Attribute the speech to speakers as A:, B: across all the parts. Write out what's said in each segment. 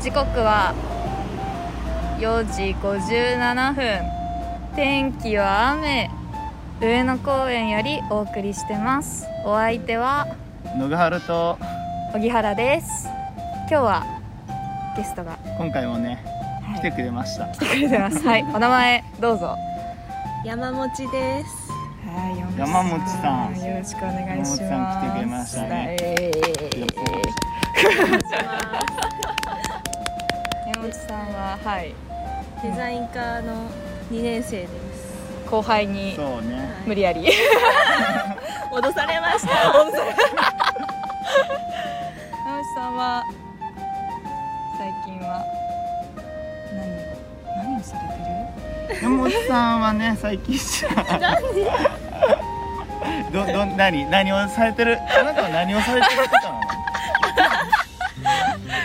A: 時刻は4時57分天気は雨上野公園よりお送りしてますお相手は
B: 野賀春と
A: 荻原です今日はゲストが、
B: 今回もね
A: はい
B: 来てくれました、
A: 来てくれてますはいお名前どうぞ
C: 山持ちです。
A: はい
B: 山本さん
A: よろしくお願いします
B: 山本さん来てくれましたね
A: はい
B: よろしくお願いしま
A: 山本さんははい
C: デザイン科の2年生です。
A: 後輩に
B: すそうね
A: 無理やり
C: 脅されました。
A: 山本さんは最近は何を何をされてる
B: 山本さんはね最 近じゃどど何何をされてるあなたは何をされてる方な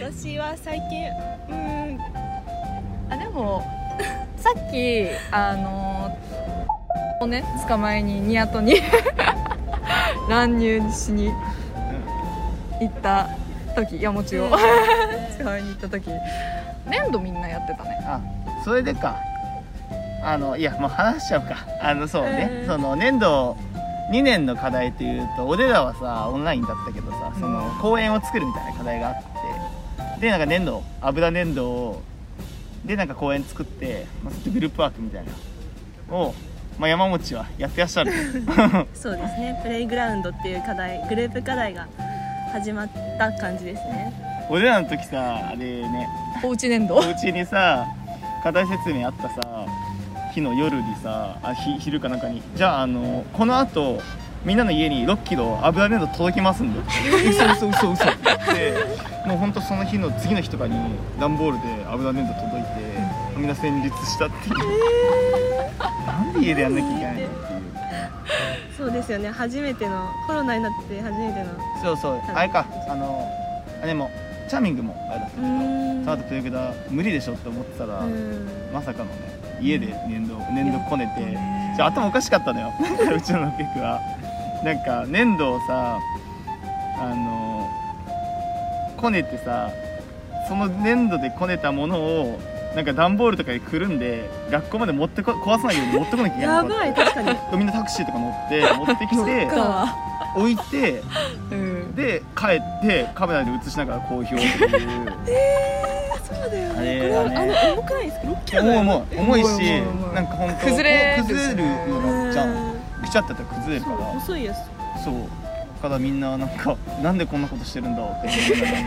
B: の
C: 私は最近、うん、
A: あでも さっきあのをね捕まえにニアトに 乱入しに行った時いやもちろん 捕まえに行った時粘土みんなやってたね
B: あそれでかあのいやもう話しちゃうかあのそうね、
C: うん
B: その年度2年の課題っていうと俺らはさオンラインだったけどさその
A: うん
B: 公演を作るみたいな課題があってでなんか粘土油粘土をでなんか公演作って、まあ、それとグループワークみたいなを、まあ、山持はやってらっしゃる
C: そうですね。プレイグラウンドっていう課題、グループ課題が始まった感じですね。
B: 俺らの時さあれね
A: おうち粘土
B: お家にさ課題説明あったさ日の夜にさあひ昼かなんかにじゃああのこのあとみんなの家に6キロ油粘土届きますんで嘘嘘嘘嘘って言ってもうほんとその日の次の日とかに段ボールで油粘土届いてみんな戦慄したっていう、なんで家でやんなきゃいけないのっていう
C: そうですよね。初めてのコロナになって初めての。
B: そうそうあれかあのあでもチャーミングもあれだった
C: う
B: けど
C: ん
B: その後プレグダ無理でしょって思ってたら、
C: うん。
B: まさかのね家で粘土粘土こねて
A: ね
B: じゃあ頭おかしかったのよ なんかうちの結はなんか粘土をさあのこねてさその粘土でこねたものをなんか段ボールとかにくるんで学校まで持ってこ壊さないように持ってこなきゃいけな
C: や
B: い
C: ばい確かに。
B: みんなタクシーとか乗って持ってきて
A: か
B: 置いて
A: うん
B: で帰ってカメラで映しながら公表っていう。
C: そうだよ
B: ねあれだねこれあ
C: 重くないですか？6キ
B: 重い重い重い
A: 重い重い
B: し
A: 重い
B: なんか本当
A: 崩れる
B: 崩れるよじゃんぐちゃってやったら崩れるか
C: そう
B: ら
C: 細いやつ。
B: そうだからみんななんかなんでこんなことしてるんだって思いながらやっ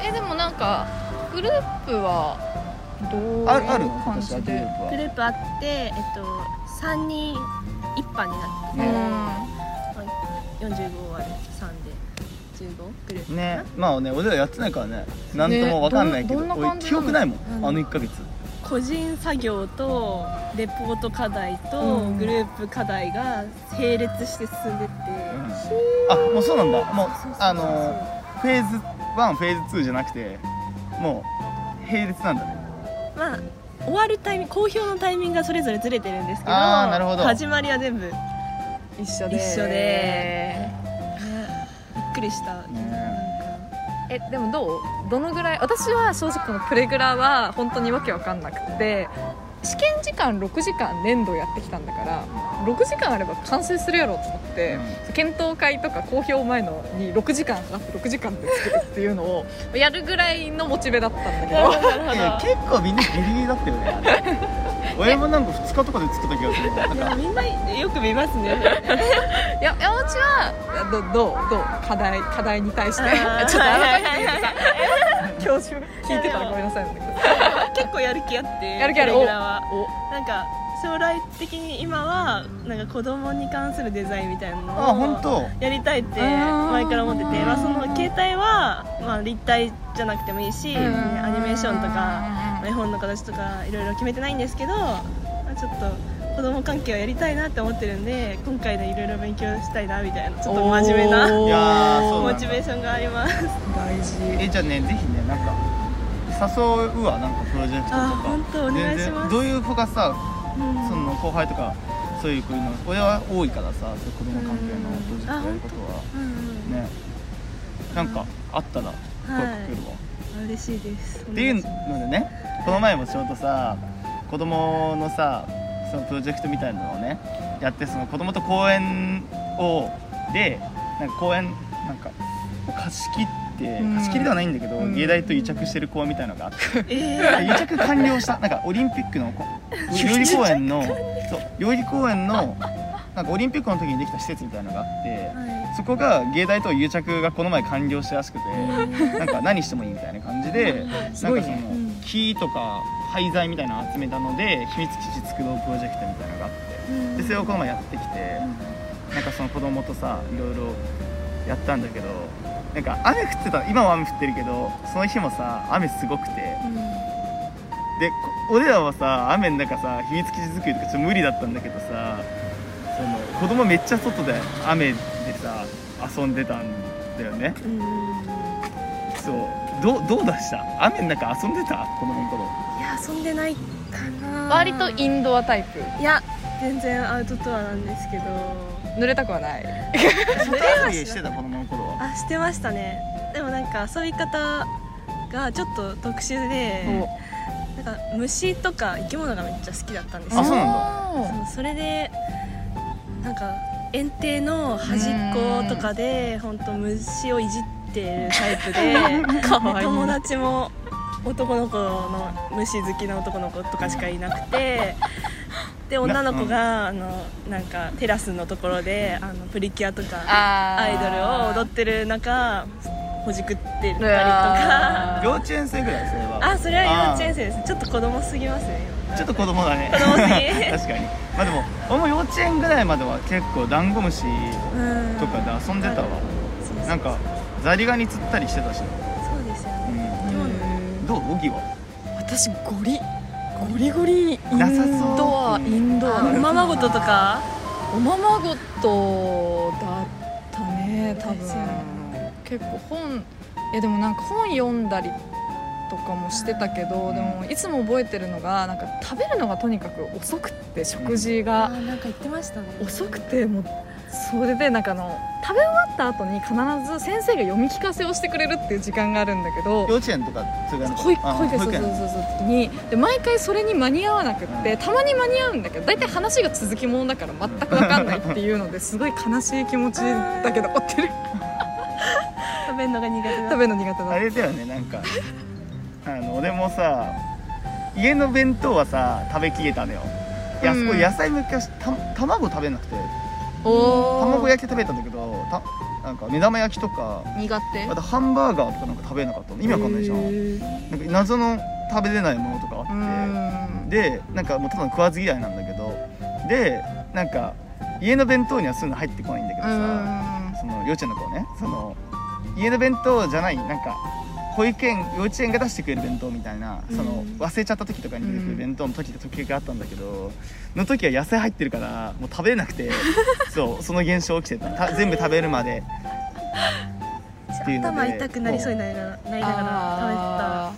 B: てる
A: えでもなんかグループはどういう
B: あるある
A: 感じ
B: 私はグル
A: で
B: ープは
C: グループあって、えっと、3人一班になっ
A: う
B: ね
A: ん
C: て45割る3で15グループ
B: ねまあね俺らやってないからねなんともわかんないけど
A: どんどんな
B: 俺
A: 感じ
B: 記
A: なの
B: 憶ないも
C: うんん
B: あの1ヶ月
C: 個人作業とレポート課題と
A: うん
C: グループ課題が並列して進んでって、
B: あもうそうなんだもう
C: そうそうそう
B: あのフェーズ1フェーズ2じゃなくてもう並列なんだね
C: まあ終わるタイミング公表のタイミングがそれぞれずれてるんですけど
B: あーなるほど
C: 始まりは全部びっ
A: 一緒で
C: 一緒でくりした、
B: ね
A: えでもどうどのぐらい私は正直このプレグラは本当にわけわかんなくて試験時間6時間粘土やってきたんだから6時間あれば完成するやろうと思って、検討会とか公表前のに6時間かかって6時間で作るっていうのを やるぐらいのモチベだったんだけ
C: なるほ
A: ど
C: どなるほ
B: え結構みんなギリギリだったよねあれ俺もなんか2日とかで作った気がするなん
C: どい
B: か
C: やみんなよく見ますね
A: いや山内はどどうどう課題課題に対して ちょ
C: あー
A: っと改めて言ってさ教授聞いてたらごめんなさいなんだけど
C: 結構やる気あって
A: やる気ある
C: プレグラは
A: お
C: なんか将来的に今はなんか子供に関するデザインみたいなのを
B: あ本当
C: やりたいって
A: あー
C: 前から思ってて、まあ、その携帯は、まあ、立体じゃなくてもいいし、アニメーションとか、まあ絵本の形とかいろいろ決めてないんですけど、まあ、ちょっと子供関係をやりたいなって思ってるんで今回でいろいろ勉強したいなみたいなちょっと真面目ない
B: やーそうな
C: モ
B: んだ
C: チベーションがあります
A: 大事
B: えじゃあねぜひねなんか誘うわなんかプロジェクトとか
C: あ本当お願いします
B: どういう子がさ
C: うん
B: その後輩とかそういう子いるの親は多いからさそういう子供関係のプロジェクトやることは
C: うんうん
B: ねなんかあったら
C: はい
B: 声かけるわ、
C: 嬉しいです
B: っていうのでねこの前もちょうどさ子供のさそのプロジェクトみたいなのをねやってその子供と公園をでなんか公園なんか貸し切って
A: うん
B: 貸し切りではないんだけど、
A: うん
B: 芸大と癒着してる公園みたいなのがあって
C: え
B: なんか癒着完了したなんかオリンピックのこ代々木公園 のそう代々木公園のなんかオリンピックの時にできた施設みたいなのがあって
C: ー、は
B: そこが芸大と癒着がこの前完了したらしくてなんか何してもいいみたいな感じで。
C: い
A: すごいね
B: なんかその
C: うん
B: 木とか廃材みたいなの集めたので秘密基地作ろうプロジェクトみたいなのがあってでそれをこの前やってきてなんかその子供とさいろいろやったんだけどなんか雨降ってた今は雨降ってるけどその日もさ雨すごくてでこ俺らはさ雨の中さ秘密基地作りとかちょっと無理だったんだけどさその子供めっちゃ外で雨でさ遊んでたんだよね
C: うん
B: そうどうどうだした雨の中遊んでた子供の頃
C: いや遊んでないかな
A: 割とインドアタイプ
C: いや全然アウトドアなんですけど
A: 濡れたくはない
B: 外遊びしてた子供の頃は
C: あしてましたねでもなんか遊び方がちょっと特殊でなんか虫とか生き物がめっちゃ好きだったんですよ
B: あそうなんだ
C: そうそれでなんか園庭の端っことかで本当虫をいじってるタイプ で
A: かわいい
C: 友達も男の子の虫好きな男の子とかしかいなく てで女の子があのなんかテラスのところであのプリキュアとか
A: あ
C: アイドルを踊
A: っ
C: ってる中ほじくってたりと
A: た
C: か
B: 幼稚園生ぐらいそれは
C: あそれは幼稚園生ですちょっと子供すぎますね
B: あーちょっと子供だね
C: 子供すぎ
B: 確かにまあでも俺も幼稚園ぐらいまでは結構ダンゴムシ
C: うん
B: とかで遊んでたわ
C: そうそうそう
B: なんかザリガニ釣ったりしてたし、
C: そうですよね
B: う
C: 今の
B: ん、どう動きは
A: 私ゴリゴリゴリイン
B: なさそう
A: ドア
B: うん
A: インドア
C: おままごととか
A: おままごとだったね多分
C: ですよね
A: 結構本いやでもなんか本読んだりとかもしてたけど、
B: うん
A: でもいつも覚えてるのがなんか食べるのがとにかく遅くって食事が、
C: なんか言ってましたね
A: 遅くてもうそれでなんかあの食べ終わった後に必ず先生が読み聞かせをしてくれるっていう時間があるんだけど
B: 幼稚園とかそれが
A: 保育
B: あ
A: 保育園そうそうそうそうにで毎回それに間に合わなくってたまに間に合うんだけど大体話が続きものだから全く分かんないっていうのですごい悲しい気持ちだけど追って る
C: 食べるのが苦手だ
A: 食べるの苦手
B: あ
A: だ
B: れだよねなん かあの俺もさ家の弁当はさ食べきれたのよいや、
A: うん
B: そこ野菜昔た卵食べなくて
A: おー
B: 卵焼き食べたんだけどたなんか目玉焼きとか
A: 苦
B: あとハンバーガーとかなんか食べれなかったの
A: 手
B: 意味わかんないじゃ
A: へ
B: ん
A: ー
B: なんか謎の食べれないものとか
A: う
B: あっ
A: ん
B: てでなんかもうただの食わず嫌いなんだけどでなんか家の弁当にはそういうの入ってこないんだけど
A: う
B: さ
A: ん
B: その幼稚園の子はねその家の弁当じゃないなんか保育園幼稚園が出してくれる弁当みたいなその
C: うん
B: 忘れちゃった時とかに出てくる弁当の時って時があったんだけどの時は野菜入ってるからもう食べれなくてそうその現象起きてたた全部食べるまでっていうので
C: 頭痛くなりそうになりながらなりながら
A: あ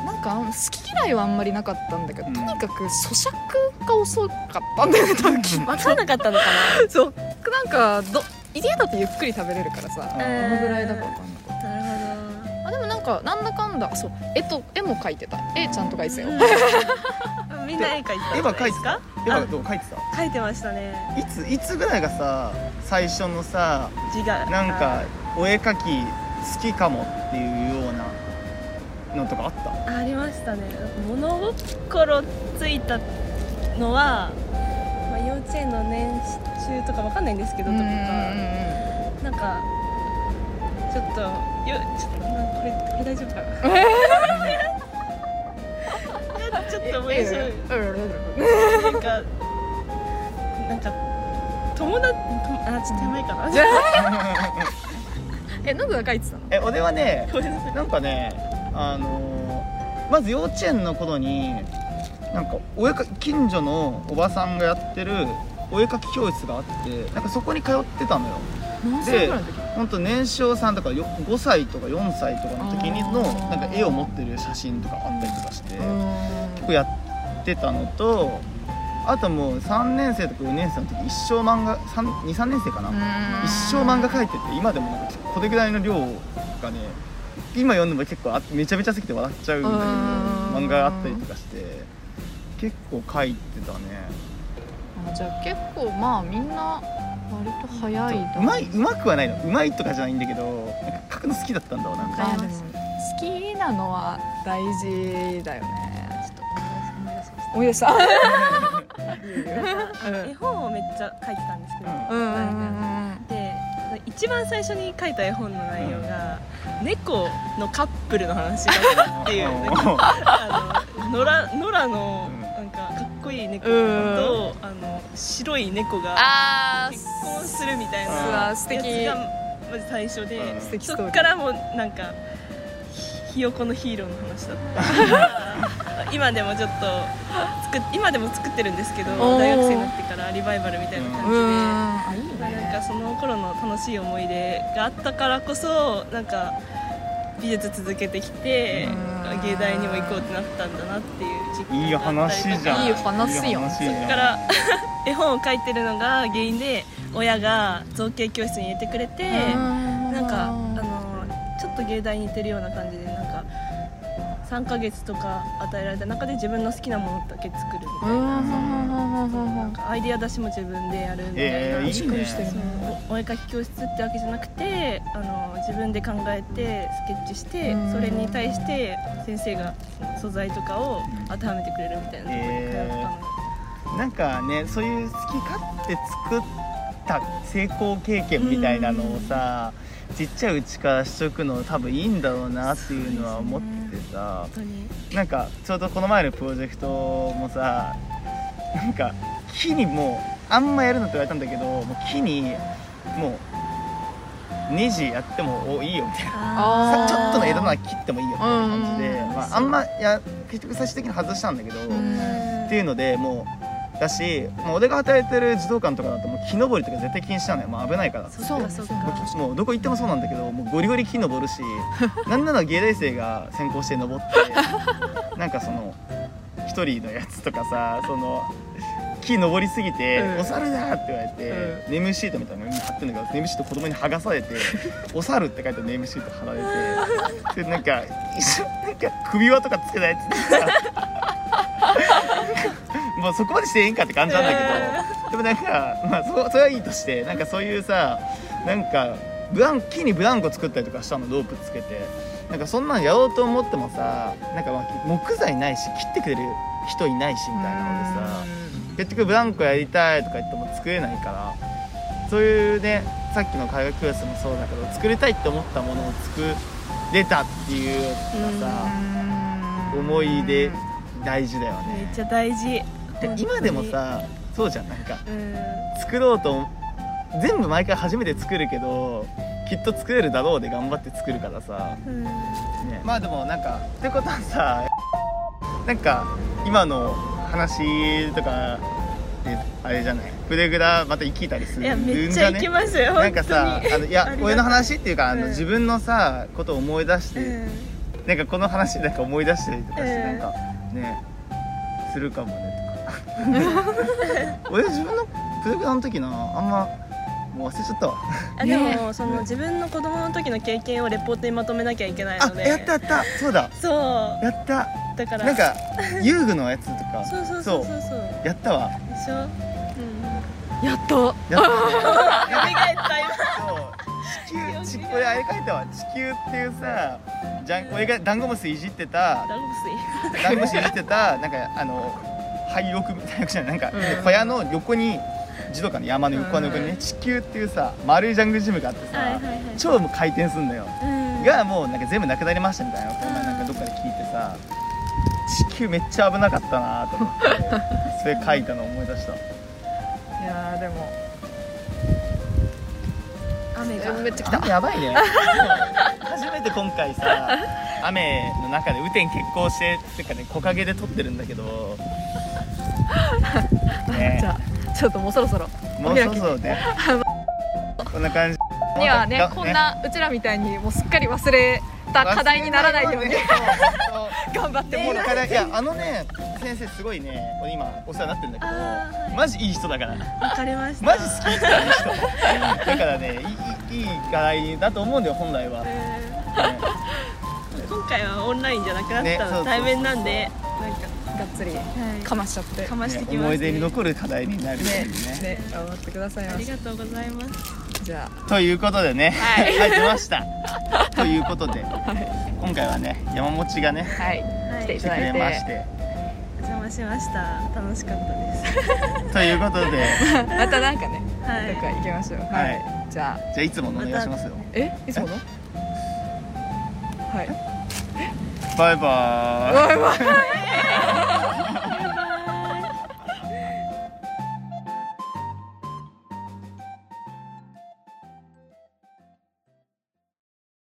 A: ーなんか好き嫌いはあんまりなかったんだけど、
B: うん
A: とにかく咀嚼が遅かったんだよね多分
C: 食べてた分からなかったのか
A: そうなんかど家だとゆっくり食べれるからさ
B: う
A: ど
B: ん
A: のぐらいだかわかんない
C: ななる
A: あでもなんかなんだかんだあそう絵と絵も描いてた絵ちゃんと描い てたよ、
C: ほどみんな絵描いてた
B: 絵
C: んじ
B: は
C: ゃない
B: 描
C: で
B: いて
C: す
B: た
C: か
B: 絵はどう描いてた
C: 描いてましたね
B: いついつぐらいがさ最初のさ
C: 字が
B: なんか
C: あ
B: お絵描き好きかもっていうようなのとかあった
C: ありましたね物心ついたのは、まあ、幼稚園の年中とかわかんないんですけどとかなんかちょっとよちょっとなこれこれ大丈夫かな。 いやちょっともういいしなんかなんか友達あちょっとやばいかな。
A: えノブが描いてたの
B: え俺はね
C: ごめんなさい。
B: なんかねあのーまず幼稚園の頃になんかお絵か近所のおばさんがやってるお絵描き教室があってなんかそこに通ってたのよ
A: 何
B: 歳
A: 歳
B: ぐ
A: ぐ
B: ら
A: ら
B: い
A: い
B: の
A: の
B: ほんと年少さんとかよ5歳とか4歳とかの時にの
A: あー
B: なんか絵を持ってる写真とかあったりとかして、結構
A: 時
B: やってたのとあともう3年生とか4年生の時一生漫画23年生かな、一生漫画描いてて今でもなんかこれぐらいの量がね今読んでも結構あめちゃめちゃ好きで笑っちゃうみたいな
A: うん
B: 漫画があったりとかして結構書いてたね
A: あじゃあ結構まあみんな割と早いだ
B: うまいうまくはないのうまいとかじゃないんだけどなんか書くの好きだったんだわなんか
A: あでも好きなのは大事だよね
C: ちょっと思い出しました
A: 思い出した
C: なんか絵本をめっちゃ書いてたんですけど、
B: う
A: うんうん
C: なんかで一番最初に書いた絵本の内容が、猫のカップルの話 だったっていう
B: うん
C: なんかあの野良野良の
B: うん
C: なんかかっこいい猫
A: うん
C: とあの白い猫が
A: あ
C: 結婚するみたいな
B: う
A: わ
C: や
A: 素
C: つ
A: 敵
C: がまず最初で
B: うん素
A: 敵ス
C: そ
A: トーリー
C: っからもうなんかひひよこのヒーローの話だっ た今でもちょっと作っ今でも作ってるんですけど
A: おー
C: 大学生になってからリバイバルみたいな
A: あ
C: 感
A: うん
C: じで。
A: あいい
C: まあなんか
A: ね
C: その頃の楽しい思い出があったからこそなんか美術続けてきて
A: うん
C: 芸大にも行こうってなったんだなっていう実
B: い
C: 感
B: い
C: があったり
B: 話
C: とか
B: じゃん
A: いい話よ
B: 話じゃん
C: だから 絵本を書いてるのが原因で親が造形教室に入れてくれて
A: な
C: なんかあのちょっと芸大に似てるような感じでなんか3ヶ月とか与えられた中で自分の好きなものだけ作るみたいななんかアイディア出しも自分でやるみたいな。
B: えー、いいね
A: しっかりしてる
C: そのおお絵描き教室ってわけじゃなくてあの自分で考えてスケッチして
A: うん
C: それに対して先生がその素材とかを当てはめてくれるみたいなところに通ってたので、
B: なんかねそういう好き勝手作った成功経験みたいなのをさ、ちっちゃいうちからしとくの多分いいんだろうなっていうのは思っててさ、
C: 本当に
B: なんかちょうどこの前のプロジェクトもさなんか木にもうあんまやるのって言われたんだけどもう木にもうネジやってもおいいよみたいな。
A: あー
B: さちょっとの枝なら切ってもいいよみたいな感じで、
A: うん
B: まあ、あんまや結局最終的に外したんだけど、っていうのでもうだし、まあ、俺が働いてる児童館とかだともう木登りとか絶対禁止なのよ、まあ、危ないからって
C: そうかそうか
B: もうもうどこ行ってもそうなんだけどもうゴリゴリ木登るしなんなら芸大生が先行して登って なんかその一人のやつとかさその木登りすぎて
A: うん
B: 「お猿だ!」って言われて、ネームシートみたいなのに貼ってるのがネームシート子供に剥がされて「お猿」って書いたネームシート貼られてでなんか一緒なんか首輪とかつけたやつとかもうそこまでしてええんかって感じなんだけど、でもなんか、まあ、そそれはいいとしてなんかそういうさなんかブラン木にブランコ作ったりとかしたのロープつけてなんかそんなんやろうと思ってもさなんかまあ木材ないし切ってくれる人いないしみたいなのでさ結局ブランコやりたいとか言っても作れないからそういうねさっきの絵画教室もそうだけど作りたいって思ったものを作れたっていうのがさ思い出大事だよ
C: めっ
B: ね
C: ちゃ大事
B: で
C: 本当に
B: 今でもさそうじゃんなんか
C: うん
B: 作ろうと全部毎回初めて作るけどきっと作れるだろうで頑張って作るからさ、
C: うん
B: ね、まあでもなんかってことはさ なんか今の話とかであれじゃないプレグラまた生きたりす
C: い
B: る
C: や
B: ん
C: めっち
B: じゃ
C: ゃ行
B: ね
C: きますよ
B: なん
C: 本当
B: か
C: に
B: さあのいや
C: ありがとう
B: 俺の話っていうかあの、
C: うん
B: 自分のさことを思い出して、
C: うん
B: なんかこの話なんか思い出したりとかして、
C: うん
B: なんかねするかもね とか俺自分のプログラの時なあんまもう忘れちゃったわ
C: あでも、その自分の子供の時の経験をレポートにまとめなきゃいけないの
B: あ
C: で
B: やったやったそうだ
C: そう
B: やった
C: だから
B: なんか遊具のやつとか
C: そうそうそうそうそう
B: やったわ
C: でしょうんうん
A: やっと
B: やったわ
C: 蘇った今
B: そう地球ち俺あれ書いたわ地球っていうさじゃん俺がダンゴムシいじってた
C: ダンゴムシ
B: ダンゴムシいじってたなんかあの廃屋廃屋じゃないなんか
A: うん
B: 小屋の横に児童館の山の横の横に
A: う
B: ね
A: ん
B: 地球っていうさ丸いジャングルジムがあって
C: はい
B: さ
C: はいはい
B: 超もう回転すんのよ
C: うん
B: がもうなんか全部なくなりましたみたいなこの前なんかどっかで聞いてさ地球めっちゃ危なかったなと思 ってそれ書いたの思い出した
A: いやーでも
C: 雨が
A: めっちゃ来た
B: 雨やばいね初めて今回さ雨の中で雨天決行してっていうかね木陰で撮ってるんだけ どね
A: じゃあちょっともうそろそろ
B: もうそろそろねこんな感じ
A: にはね
B: が
A: こんなうちらみたいにもうすっかり忘れた課題にならないように
B: 忘れないように
A: 頑張っても
B: もう
A: ら
B: だ
A: う
B: からいやあのね先生すごいね俺今お世話になってるんだけど、
C: あーはい
B: マジいい人だから
C: わかりました
B: マジ好きだよ人だからねいいいいいい課題だと思うんだよ本来は、ね
C: うん回はオンラインじゃなくなっ
B: ねそうそうそ
C: たの
B: う
C: 対面なんでなんか
A: がっつりか
C: か
A: ましちゃって
C: かましてきました、
B: 思い出に残る課題になるよう
A: ね
B: にね
A: ね頑張ってください
C: あ
A: ま
C: り
A: せ
C: がとうございます
A: じゃ
B: ということでね、
C: はい
B: 入ってましたということで
A: あはい、
B: 今回はね山持ちがね
A: はい、
C: は
A: 来て
C: い
B: 来てくれまして
C: お邪魔しました楽しかったです
B: ということでじ
A: またなんかね
C: は
A: どっ
C: い
A: か行きましょう
B: は
A: はいい、じゃあ
B: ゃあいつものお願いしますよ
A: えいつものはい
B: バイバーイ
A: おいおい